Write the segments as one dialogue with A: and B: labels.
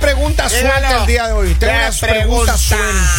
A: pregunta suelta el día de hoy. Tengo una pregunta suelta.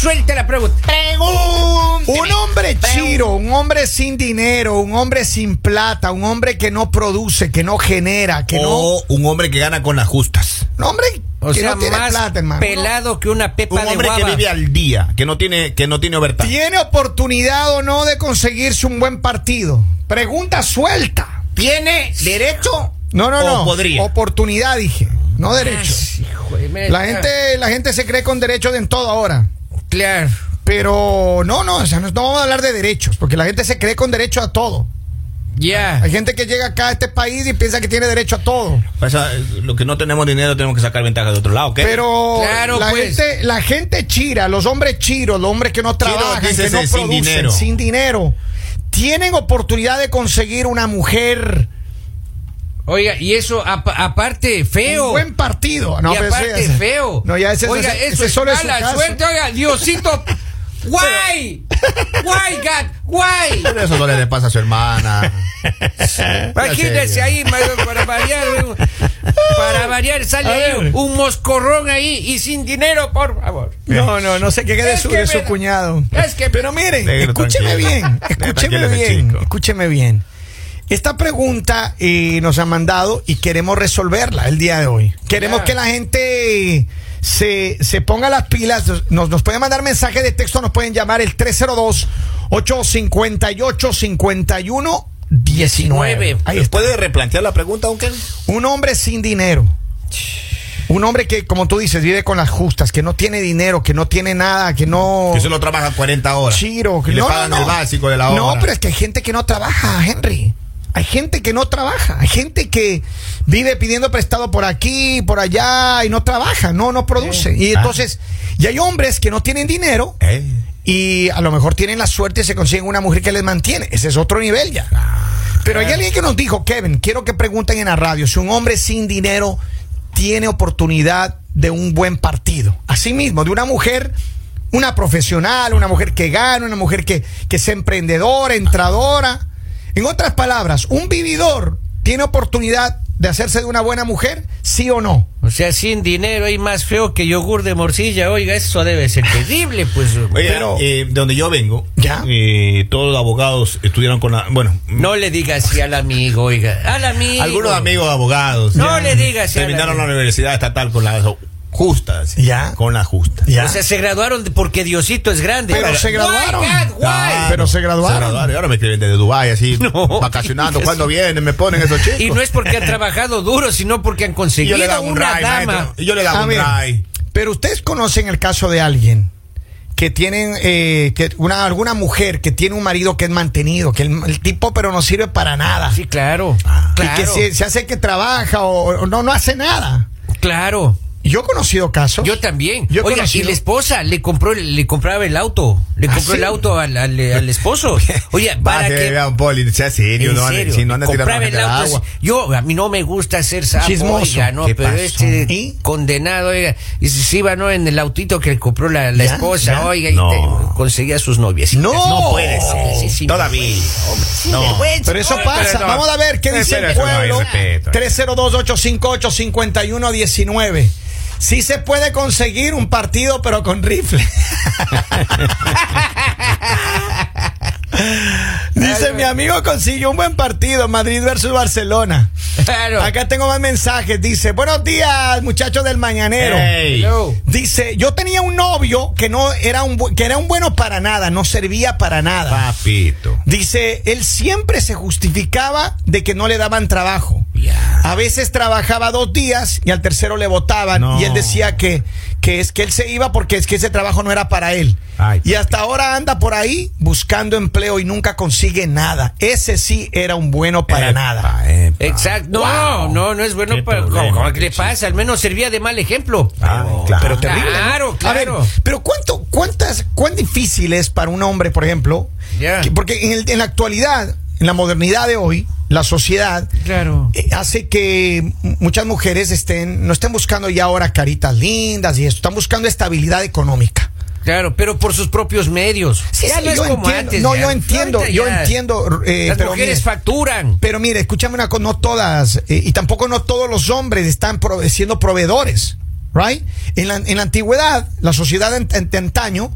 B: Suelta la pregunta. Pregunta.
A: Un hombre chiro, un hombre sin dinero, un hombre sin plata, un hombre que no produce, que no genera, que
C: o un hombre que gana con las justas.
A: no. Un hombre
B: O
A: que
B: sea,
A: no tiene
B: más
A: plata, hermano.
B: pelado que una pepa
C: Un
B: de
C: hombre
B: guava.
C: que vive al día, que no tiene, que no tiene overtime.
A: ¿Tiene oportunidad o no de conseguirse un buen partido? Pregunta suelta.
B: Tiene derecho.
A: No, no,
C: O
A: no.
C: podría.
A: Oportunidad, dije. No derecho.
B: Hijo de me-
A: La gente, la gente se cree con derechos de en todo ahora.
B: Claro.
A: Pero no, no, o sea, no, no vamos a hablar de derechos, porque la gente se cree con derecho a todo.
B: Ya.
A: Hay gente que llega acá a este país y piensa que tiene derecho a todo.
C: Pues, ah, lo que no tenemos dinero tenemos que sacar ventaja de otro lado, ¿ok?
A: Pero
B: Eh, Claro,
A: la,
B: pues.
A: gente, la gente chira, los hombres chiros, los hombres que no trabajan, que
C: dícese,
A: no
C: sin
A: producen,
C: dinero.
A: sin dinero, tienen oportunidad de conseguir una mujer,
B: Oiga, y eso apa- aparte feo.
A: un buen partido. No,
B: y
A: pero ese-
B: aparte
A: ese-
B: feo.
A: No, ya ese,
B: oiga,
A: ese-
B: eso
A: ese
B: es
A: solo es su
B: mala
A: caso.
B: suerte. Oiga, Diosito. Guay. Guay, God. Guay.
C: Pero eso no le pasa a su hermana.
B: Imagínense ahí, ma- para variar, güey. para variar sale
A: A
B: ahí
A: ver.
B: un moscorrón ahí y sin dinero, por favor.
A: No, no, no sé qué quede
B: Es
A: su,
B: que
A: de su
B: me-
A: cuñado.
B: es que-
A: Pero miren,
C: Negro,
A: escúcheme
C: tranquilo.
A: bien,
C: Negro,
A: escúcheme
C: tranquilo, este
A: bien,
C: chico.
A: escúcheme bien. Esta pregunta eh, nos ha mandado y queremos resolverla el día de hoy. Queremos
B: Ya.
A: que la gente se, se ponga las pilas. Nos, nos pueden mandar mensajes de texto, nos pueden llamar el 302-858-5119.
B: 19.
A: Ahí
C: ¿Les
A: está.
C: ¿Puede replantear la pregunta, aunque?
A: Un hombre sin dinero. Un hombre que, como tú dices, vive con las justas, que no tiene dinero, que no tiene nada, que no.
C: Que solo trabaja 40 horas.
A: Chiro,
C: que
A: que
C: le
A: no, no,
C: pagan
A: no.
C: el básico de la hora.
A: No, pero es que hay gente que no trabaja, Henry. Hay gente que no trabaja, hay gente que vive pidiendo prestado por aquí, por allá y no trabaja, no, no produce. Y
C: Ah.
A: entonces, y hay hombres que no tienen dinero
C: Eh,
A: y a lo mejor tienen la suerte y se consiguen una mujer que les mantiene. Ese es otro nivel ya. Pero hay alguien que nos dijo, Kevin, quiero que pregunten en la radio si un hombre sin dinero tiene oportunidad de un buen partido. Así mismo, de una mujer, una profesional, una mujer que gana, una mujer que, que es emprendedora, entradora. En otras palabras, ¿un vividor tiene oportunidad de hacerse de una buena mujer? ¿Sí o no?
B: O sea, sin dinero hay más feo que yogur de morcilla. Oiga, eso debe ser terrible, pues.
C: oye,
A: Pero-
C: eh, de donde yo vengo,
A: Ya.
C: eh, todos los abogados estudiaron con la. Bueno,
B: No le diga así al amigo, oiga. Al amigo.
C: algunos amigos abogados.
B: No le digas, ya,
C: Terminaron
B: la-
C: la universidad estatal con la justa. así,
A: Ya.
C: Con la justa.
A: Ya.
B: O sea, se graduaron de- porque Diosito es grande.
A: Pero se graduaron.
B: Guay, God, guay.
C: Claro,
A: Pero se graduaron.
C: Y ahora me escriben desde Dubái, así,
B: No.
C: vacacionando. ¿Cuándo vienen? Me ponen esos chicos.
B: Y no es porque han trabajado duro, sino porque han
C: Y yo
B: conseguido
C: le daba un
B: una
C: ride,
B: dama. Ah,
C: maestro. Y yo le daba
A: A
C: un
A: ver, Ah,
C: ride.
A: Pero ustedes conocen el caso de alguien que tienen eh, que una alguna mujer que tiene un marido que es mantenido, que el, el tipo pero no sirve para nada
B: Sí, claro.
C: Ah,
A: y que
B: Claro.
A: se, se hace que trabaja o, o no no hace nada.
B: Claro.
A: Yo he conocido casos.
B: Yo también.
A: Yo he
B: Oiga,
A: conocido-
B: y la esposa le compró, le compraba el auto. Le
A: ¿Ah,
B: compró
A: sí?
B: el auto al, al- al esposo. Oye, para
C: Baje,
B: que.
C: vea un poli, "Ah, sea serio,
B: en
C: no ande-
B: serio,
C: si no anda tirando
B: compraba
C: gente
B: el
C: al
B: auto,
C: agua.
B: así. Yo, a mí no me gusta ser sapo,
A: Chismoso.
B: oiga, no,
C: ¿Qué
B: pero
C: pasó?
B: este
A: ¿Y?
B: condenado, oiga, y si se iba, no, en el autito que le compró la, la
A: Ya,
B: esposa,
A: ya.
B: oiga, y
C: No.
B: te- conseguía sus novias.
A: No.
B: no puede ser. sí, sí,
C: Todavía. No.
A: Pero eso
B: Ay,
A: pasa.
C: pero no.
A: Vamos a ver qué dice
C: Pero
A: el
C: eso no hay
A: pueblo.
C: respeto.
A: 302-858-5119. Sí se puede conseguir un partido, pero con rifle. dice mi amigo consiguió un buen partido, Madrid versus Barcelona.
B: Claro.
A: Acá tengo más mensajes. Dice, buenos días, muchachos del mañanero.
C: Ey.
B: Hello.
A: Dice, yo tenía un novio que no era un bu- que era un bueno para nada, no servía para nada.
C: Papito.
A: Dice, él siempre se justificaba de que no le daban trabajo.
B: Ya.
A: A veces trabajaba dos días y al tercero le votaban.
C: No.
A: Y él decía que, que es que él se iba porque es que ese trabajo no era para él.
C: Ay,
A: y hasta ahora anda por ahí buscando empleo y nunca consigue nada. Ese sí era un bueno para
C: Eh,
A: nada.
C: pa, eh, pa.
B: Exacto. No,
C: Wow.
B: no, no es bueno
C: Qué
B: para.
C: problema,
B: ¿cómo- cómo que le
C: sí.
B: pasa? Al menos servía de mal ejemplo.
C: Ah, claro.
A: Pero terrible. ¿no?
B: Claro,
A: A ver,
B: claro.
A: pero cuánto, cuántas, cuán difícil es para un hombre, por ejemplo,
B: Ya.
A: que- porque en, el- en la actualidad, en la modernidad de hoy, la sociedad
B: Claro.
A: eh, hace que m- muchas mujeres estén, no estén buscando ya ahora caritas lindas y esto, están buscando estabilidad económica.
B: Claro, pero por sus propios medios.
A: Sí,
B: ya
A: sí,
B: no es
A: yo
B: como
A: entiendo.
B: antes.
A: No,
B: ya.
A: yo entiendo,
B: Ahorita
A: yo
B: ya
A: entiendo, eh,
B: Las
A: pero
B: mujeres
A: mire.
B: facturan.
A: Pero mire, escúchame una cosa, no todas, eh, y tampoco no todos los hombres están prove- siendo proveedores. right? En la, en la antigüedad, la sociedad de, de antaño,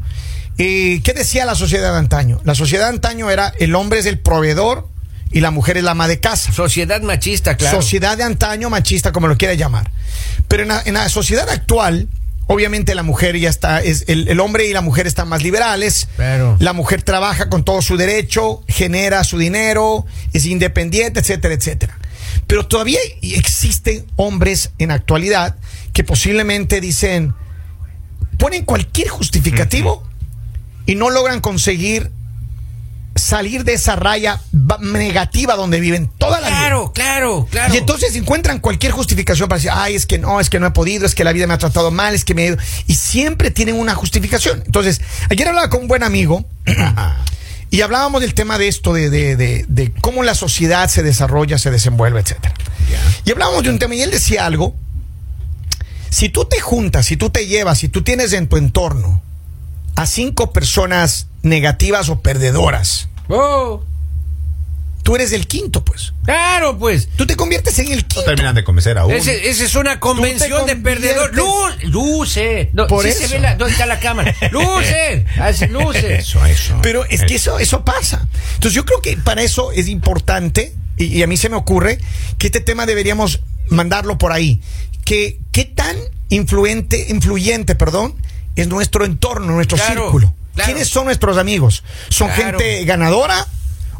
A: eh, ¿qué decía la sociedad de antaño? La sociedad de antaño era el hombre es el proveedor y la mujer es la ama de casa.
B: Sociedad machista, claro.
A: Sociedad de antaño, machista, como lo quiera llamar. Pero en la, en la sociedad actual, obviamente la mujer ya está, es, el, el hombre y la mujer están más liberales.
B: Claro.
A: La mujer trabaja con todo su derecho, genera su dinero, es independiente, etcétera, etcétera. Pero todavía existen hombres en actualidad que posiblemente dicen, ponen cualquier justificativo y no logran conseguir salir de esa raya ba- negativa donde viven toda la vida.
B: Claro, claro, claro.
A: Y entonces encuentran cualquier justificación para decir, ay, es que no, es que no he podido, es que la vida me ha tratado mal, es que me he ido. Y siempre tienen una justificación. Entonces, ayer hablaba con un buen amigo y hablábamos del tema de esto, de, de- de- de cómo la sociedad se desarrolla, se desenvuelve, etcétera. Y hablábamos de un tema y él decía algo. Si tú te juntas, si tú te llevas, si tú tienes en tu entorno a cinco personas negativas o perdedoras,
B: Oh,
A: tú eres el quinto, pues.
B: claro, pues.
A: Tú te conviertes en el
C: No
A: quinto.
C: terminan de convencer aún.
B: Ese- Esa es una convención de
A: conviertes-
B: perdedor. Luz, luce. No,
A: Por
B: sí
A: eso.
B: se ve la, ¿Dónde está la cámara? Luce. Así, luce.
C: Eso, eso.
A: Pero es que eso, eso pasa. Entonces yo creo que para eso es importante, y, y a mí se me ocurre, que este tema deberíamos mandarlo por ahí. Que, ¿Qué tan influente, influyente, perdón, es nuestro entorno, nuestro
B: Claro,
A: círculo?
B: claro.
A: ¿Quiénes son nuestros amigos? ¿Son
B: Claro.
A: gente ganadora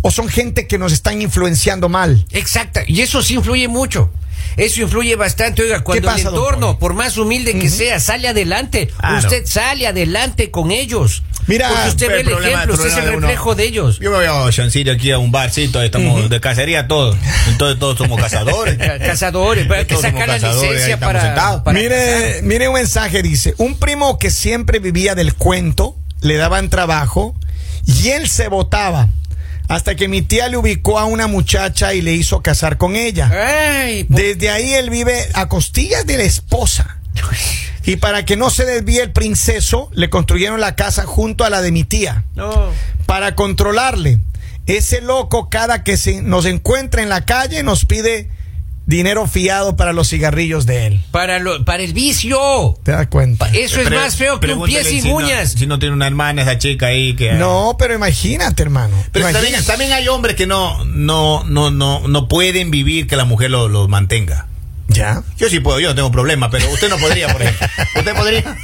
A: o son gente que nos están influenciando mal?
B: Exacta, y eso sí influye mucho. Eso influye bastante, oiga, cuando
A: pasa,
B: el
A: don
B: entorno,
A: Poli?
B: por más humilde que sea, sale adelante,
C: Ah,
B: usted sale adelante con ellos.
A: Mira,
B: Porque usted ve el ejemplo, usted es el
C: uno-
B: reflejo de ellos.
C: Yo me voy a Chancería aquí a un barcito, estamos de cacería todos. Entonces todos somos cazadores.
B: Ca- Cazadores, pero hay que
C: Todos somos
B: sacar la
C: cazadores, ahí
B: licencia
C: estamos
B: para,
C: sentados.
B: para
A: mire, mire un mensaje, dice, un primo que siempre vivía del cuento, le daban trabajo y él se votaba hasta que mi tía le ubicó a una muchacha y le hizo casar con
B: Eh.
A: ella.
B: Ay, po-
A: Desde ahí él vive a costillas de la esposa. Y para que no se desvíe el princeso, le construyeron la casa junto a la de mi tía
B: no.
A: para controlarle. Ese loco cada que se- nos encuentra en la calle nos pide dinero fiado para los cigarrillos de él.
B: Para, lo- para el vicio.
A: ¿Te das cuenta?
B: Pa- Eso es
C: Pre-
B: más feo que un pie
C: pregúntale
B: sin
C: si no-
B: uñas.
C: si no tiene una hermana esa chica ahí que...
A: No, pero imagínate, hermano.
C: Eh. Pero
A: Imagínate.
C: también, también hay hombres que no, no, no, no, no pueden vivir que la mujer los lo mantenga.
A: Ya.
C: Yo sí puedo, yo no tengo problema, pero usted no podría, por ejemplo. Usted podría.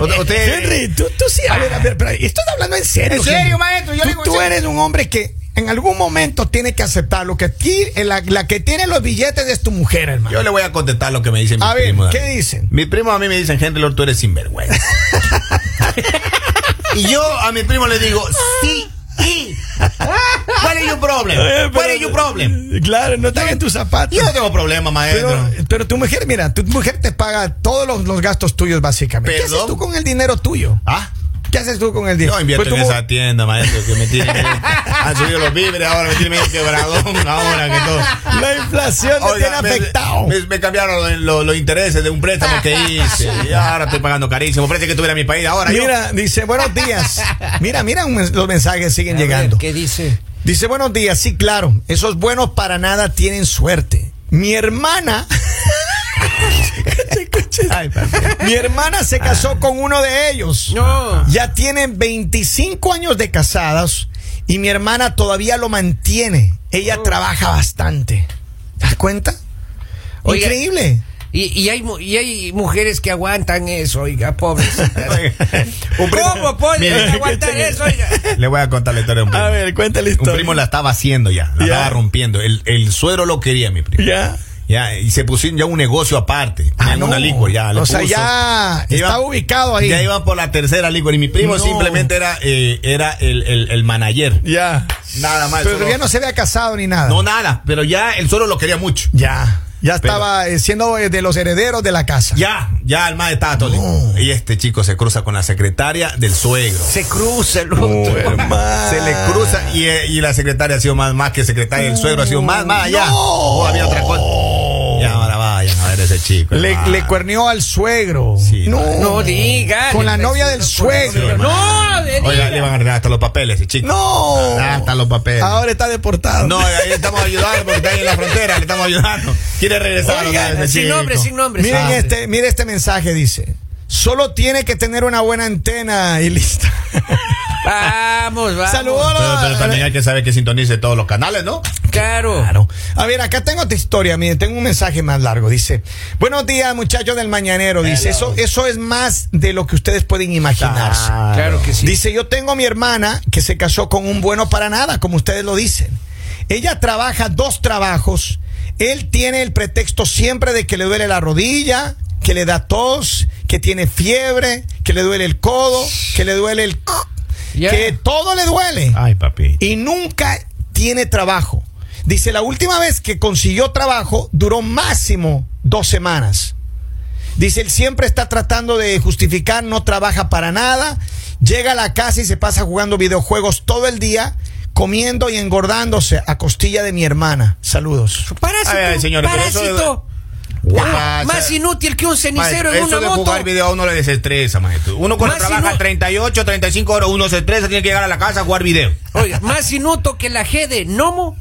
C: Usted- usted-
A: Henry, tú, tú sí. A ver, a ver, pero estoy hablando en serio.
C: En serio,
A: Henry.
C: maestro, yo
A: tú,
C: le digo en
A: tú
C: serio.
A: eres un hombre que en algún momento tiene que aceptar lo que aquí, la, la que tiene los billetes es tu mujer, hermano.
C: Yo le voy a contestar lo que me dicen mis
A: A ver,
C: primos.
A: ¿qué
C: David.
A: dicen?
C: Mis primos a mí me dicen, Henry Lord, tú eres sinvergüenza. y yo a mi primo le digo, sí, sí. ¿Cuál es tu problema? Eh, ¿Cuál es tu problema?
A: Eh, Claro, no están en tus zapatos.
C: Yo no tengo problema, maestro.
A: Pero, pero tu mujer, mira, tu mujer te paga todos los, los gastos tuyos, básicamente. ¿Qué
C: Perdón.
A: haces tú con el dinero tuyo?
C: ah,
A: ¿Qué haces tú con el dinero?
C: yo invierto
A: Pues tu
C: en
A: mu-
C: esa tienda, maestro, que me tiene. Han subido los víveres, ahora me tiene medio quebradón, ahora que todo.
A: La inflación te
C: Oiga,
A: tiene
C: me-
A: afectado.
C: Me, me cambiaron lo- lo- los, intereses de un préstamo que hice. Y ahora estoy pagando carísimo. Parece que estuviera en mi país ahora. yo-
A: Mira, dice, buenos días. Mira, mira, un mens- los mensajes siguen
B: A ver,
A: llegando.
B: ¿Qué dice?
A: Dice, buenos días, sí, claro. Esos buenos para nada tienen suerte. Mi hermana.
C: Ay, papi.
A: Mi hermana se casó con uno de ellos.
B: Ah. No.
A: Ya tienen 25 años de casadas y mi hermana todavía lo mantiene.
B: Oh.
A: Ella trabaja bastante. ¿Te das cuenta?
B: Oiga.
A: Increíble.
B: Y, y hay, mu- y hay mujeres que aguantan eso, oiga, pobres.
C: Un primo-
B: ¿Cómo pueden
C: Mire,
B: aguantar eso, oiga?
C: Le voy a contar la historia de un primo.
A: cuéntale
C: un primo la estaba haciendo ya, la
A: Ya.
C: estaba rompiendo. El, el suegro lo quería, mi primo.
A: Ya.
C: Ya, y se pusieron ya un negocio aparte.
A: Ah,
C: Tenían
A: no.
C: una licor, ya. le
A: O sea,
C: puso.
A: ya está ubicado ahí.
C: Ya iban por la tercera licor. Y mi primo
A: No.
C: simplemente era, eh, era el, el, el manager.
A: Ya.
C: Nada más.
A: Pero
C: solo-
A: todavía no se había casado ni nada.
C: no, nada. Pero ya el suegro lo quería mucho.
A: Ya. Ya
C: Pero-
A: estaba eh, siendo eh, de los herederos de la casa.
C: Ya, ya el más estaba todo listo. Y este chico se cruza con la secretaria del suegro.
B: Se cruza el
C: Oh,
B: otro.
C: eh. Se le cruza y, eh, y la secretaria ha sido más, más que secretaria, el suegro ha sido más, más allá.
A: No.
C: O había otra cosa. Y ahora vayan a ver ese chico.
A: Le,
C: hermano.
A: le cuernió al suegro.
C: Ah. Sí,
A: no.
B: No diga.
A: Con la
B: Le-
A: novia del
B: con la
A: suegro.
B: novia. No, me
C: Oiga,
B: diga.
C: le van a arreglar hasta los papeles, ese chico.
A: No.
C: Hasta los papeles.
A: Ahora está deportado.
C: Ah, No, ahí le estamos ayudando porque está ahí en la frontera, le estamos ayudando. Quiere regresar.
B: Oigan,
C: otra vez, ese
B: sin
C: chico.
B: nombre, sin nombre.
A: Miren
B: sin nombre.
A: este, mire este mensaje, dice. Solo tiene que tener una buena antena y lista.
B: Vamos, vamos.
A: Saludos.
C: Pero, pero también hay que saber que sintonice todos los canales, ¿no?
B: Claro.
A: Claro. A ver, acá tengo otra historia. Mire, tengo un mensaje más largo. Dice: Buenos días, muchachos del mañanero. Dice:
C: Hello.
A: eso, eso es más de lo que ustedes pueden imaginarse.
C: Ah,
B: Claro que sí.
A: Dice, yo tengo mi hermana que se casó con un bueno para nada, como ustedes lo dicen. Ella trabaja dos trabajos. Él tiene el pretexto siempre de que le duele la rodilla, que le da tos, que tiene fiebre, que le duele el codo, que le duele el...
B: Ya. Ah,
A: Que todo le duele.
C: Ay, papi.
A: Y nunca tiene trabajo. Dice, la última vez que consiguió trabajo duró máximo dos semanas. Dice, él siempre está tratando de justificar, no trabaja para nada, llega a la casa y se pasa jugando videojuegos todo el día, comiendo y engordándose a costilla de mi hermana. Saludos.
B: Parásito.
C: Ay, ay, señores, pero eso
B: parásito.
C: ¿Qué
B: Ah,
C: pasa?
B: Más inútil que un
C: Maestro,
B: cenicero en
C: eso
B: una
C: de
B: moto.
C: jugar video a uno le desestresa, maestro. Uno cuando
B: Más si
C: trabaja
B: no-
C: 38, 35 horas, uno se estresa, tiene que llegar a la casa a jugar video.
B: Oiga, más inútil que la G de Nomo.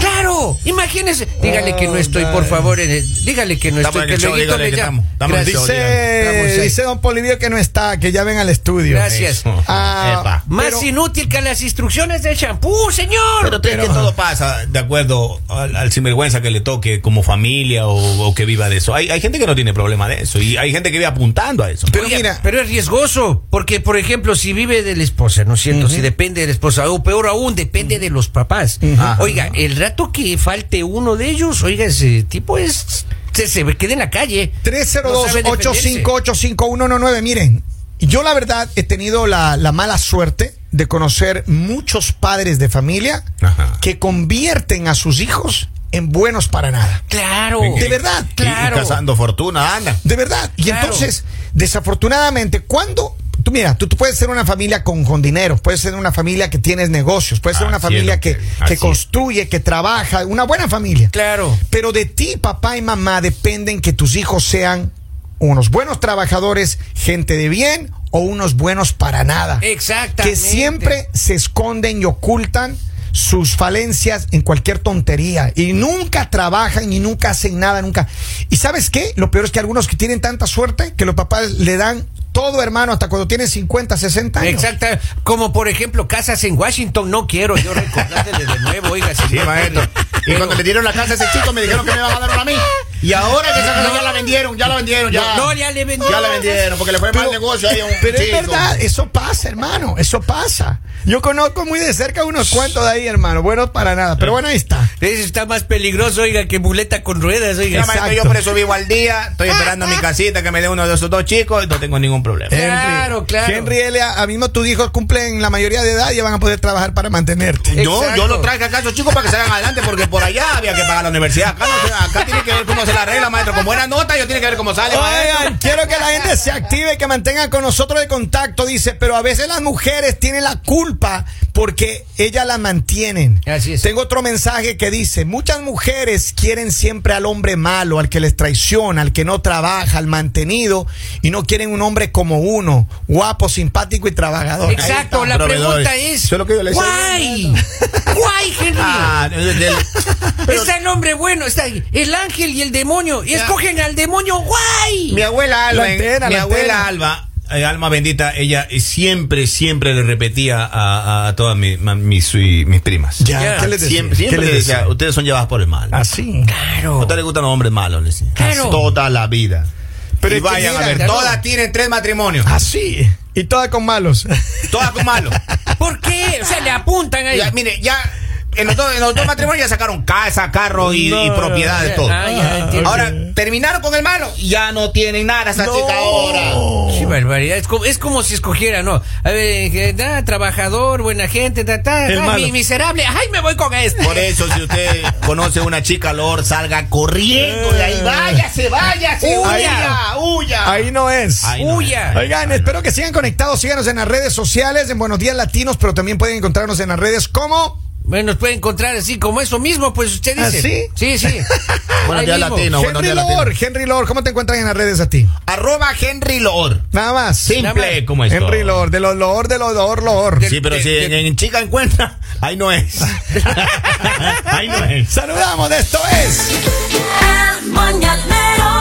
B: Claro, imagínense. Dígale que no estoy, por favor. en el- dígale que no
C: Estamos
B: estoy.
C: en el
B: que
C: show,
B: lueguito
C: dígale
B: me
C: que
B: llamo.
C: estamos- estamos en el
B: Gracias.
C: show,
B: Estamos
A: Dice,
B: ahí.
A: dice don Polivio que no está, que llamen al estudio.
B: Gracias.
C: Eso.
A: Ah,
C: Epa.
B: Más
A: Pero-
B: inútil que las instrucciones del shampoo, señor.
C: Pero, es que todo pasa de acuerdo al, al sinvergüenza que le toque como familia o, o que viva de eso. Hay, hay gente que no tiene problema de eso y hay gente que vive apuntando a eso.
A: Pero
B: Oiga,
A: mira-
B: pero es riesgoso, porque por ejemplo, si vive de la esposa, ¿no es cierto? Si depende de la esposa, o peor aún, depende de los papás.
C: Ajá.
B: Oiga, el rato que falte uno de ellos, oiga, ese tipo es. Se, se queda en la calle. No sabe defenderse.
A: 302-858-5119. Miren, yo la verdad he tenido la, la mala suerte de conocer muchos padres de familia
C: Ajá.
A: que convierten a sus hijos en buenos para nada.
B: Claro.
C: Venga.
A: De verdad,
C: Y- y
B: Claro.
C: cazando fortuna, anda.
A: de verdad. Y
B: Claro.
A: entonces, desafortunadamente, cuando. Tú mira, tú, tú puedes ser una familia con, con dinero, puedes ser una familia que tienes negocios, puedes ser una
C: Así es,
A: familia
C: don
A: que,
C: Kevin, así
A: que
C: es.
A: construye, que trabaja, una buena familia.
B: Claro.
A: Pero de ti, papá y mamá, dependen que tus hijos sean unos buenos trabajadores, gente de bien o unos buenos para nada.
B: Exactamente.
A: Que siempre se esconden y ocultan sus falencias en cualquier tontería y nunca trabajan y nunca hacen nada, nunca. ¿Y sabes qué? Lo peor es que algunos que tienen tanta suerte que los papás le dan todo hermano hasta cuando tienen 50, 60 años.
B: Exacta, como por ejemplo casas en Washington, no quiero yo recordársele de nuevo, oiga,
C: Sí,
B: señor.
C: maestro. Y cuando le dieron la casa a ese chico me dijeron que me iban a dar una a mí. Y ahora que esa casa
B: No.
C: ya la vendieron, ya la vendieron, ya.
B: No, no, ya le vendieron.
C: Ya la vendieron, porque le fue mal negocio ahí a un
A: pero es
C: chico.
A: verdad, eso pasa, hermano, eso pasa. Yo conozco muy de cerca unos cuantos de ahí, hermano, buenos para nada, pero bueno, ahí está.
B: Ese está más peligroso, oiga, que muleta con ruedas,
C: Mira,
B: oiga.
C: maestro,
A: Exacto.
C: yo por eso vivo al día, estoy esperando mi casita que me dé uno de esos dos chicos y no tengo ningún problema.
B: Eh. Claro, claro.
A: Henry Elia, a mismo tus hijos cumplen la mayoría de edad y ya van a poder trabajar para mantenerte.
C: Yo,
B: Exacto.
C: yo lo traje acá a esos chicos para que salgan adelante, porque por allá había que pagar la universidad. Acá, no, acá tiene que ver cómo se la arregla, maestro. Con buena nota, yo tiene que ver cómo sale, maestro.
A: Oigan, quiero que la gente se active, que mantengan con nosotros el contacto, dice, pero a veces las mujeres tienen la culpa porque ellas la mantienen.
B: Así es.
A: Tengo otro mensaje que dice, muchas mujeres quieren siempre al hombre malo, al que les traiciona, al que no trabaja, al mantenido, y no quieren un hombre como uno, guapo, simpático y trabajador.
B: Exacto,
C: Ahí
B: la
C: está,
B: pregunta
C: proveedores.
B: es.
C: Eso es lo que yo le decía.
B: Guay. Guay, Henry.
C: Ah, no, no, no. Pero
B: está el hombre bueno, está ahí, el ángel y el demonio. Y escogen al demonio, guay.
C: mi abuela Alba,
A: La
C: en-
A: antena,
C: mi
A: la
C: abuela Alba, eh, alma bendita, ella eh, siempre, siempre le repetía a, a todas mi- ma- mis, y- mis primas.
A: Ya,
B: Ya,
A: ¿qué les decía?
C: Siempre, siempre
A: ¿Qué
C: le
A: les
C: decía, Ah, ustedes son llevadas por el mal.
A: Así.
C: A
B: Claro.
C: ustedes les gustan los hombres malos, les decía.
B: Claro.
C: Toda la vida.
A: Pero
C: Pero y
A: es que
C: vayan
A: mira,
C: a ver,
A: claro.
C: todas tienen tres matrimonios.
A: Así. Y todas con malos.
C: Todas con malos.
B: ¿Por qué? O sea, le apuntan ahí.
C: Ya, mire, ya en los, dos, en los dos matrimonios ya sacaron casa, carro y,
A: No,
C: y
A: no,
C: propiedades, todo.
B: Ah, ya, entiendo.
C: Ahora, terminaron con el malo. Ya no tienen nada esa
A: No.
C: chica ahora.
D: Oh.
B: Sí, barbaridad. Es como, es como si escogiera, ¿no? A ver, que, ah, trabajador, buena gente, ta, ta,
A: El
B: ah,
A: malo.
B: mi- miserable. Ay, me voy con esto.
C: Por eso, si usted conoce una chica Lord, salga corriendo de
A: Eh,
C: ahí. Váyase, váyase.
B: Huya.
C: Huya, huya.
A: Ahí no es.
C: Ahí no
B: Huya.
C: es.
A: Oigan, espero que sigan conectados, síganos en las redes sociales, en Buenos Días Latinos, pero también pueden encontrarnos en las redes como
B: Bueno, nos puede encontrar así como eso mismo, pues usted
A: ¿Ah,
B: dice. sí? Sí, sí.
D: Buenos
B: Ahí
D: días,
B: mismo.
D: latino. No, buenos
A: Henry
D: días,
A: Lord,
D: Latino.
A: Henry Lord, ¿cómo te encuentran en las redes a ti?
D: Arroba Henry Lor.
A: Nada más.
C: Simple como esto.
A: Henry Lord, del olor, del odor, Lord.
D: Sí, pero
B: de-
D: si
B: de-
D: en, en chica encuentra, ahí no es.
C: Ahí no es.
A: Saludamos, esto es.
E: El mañanero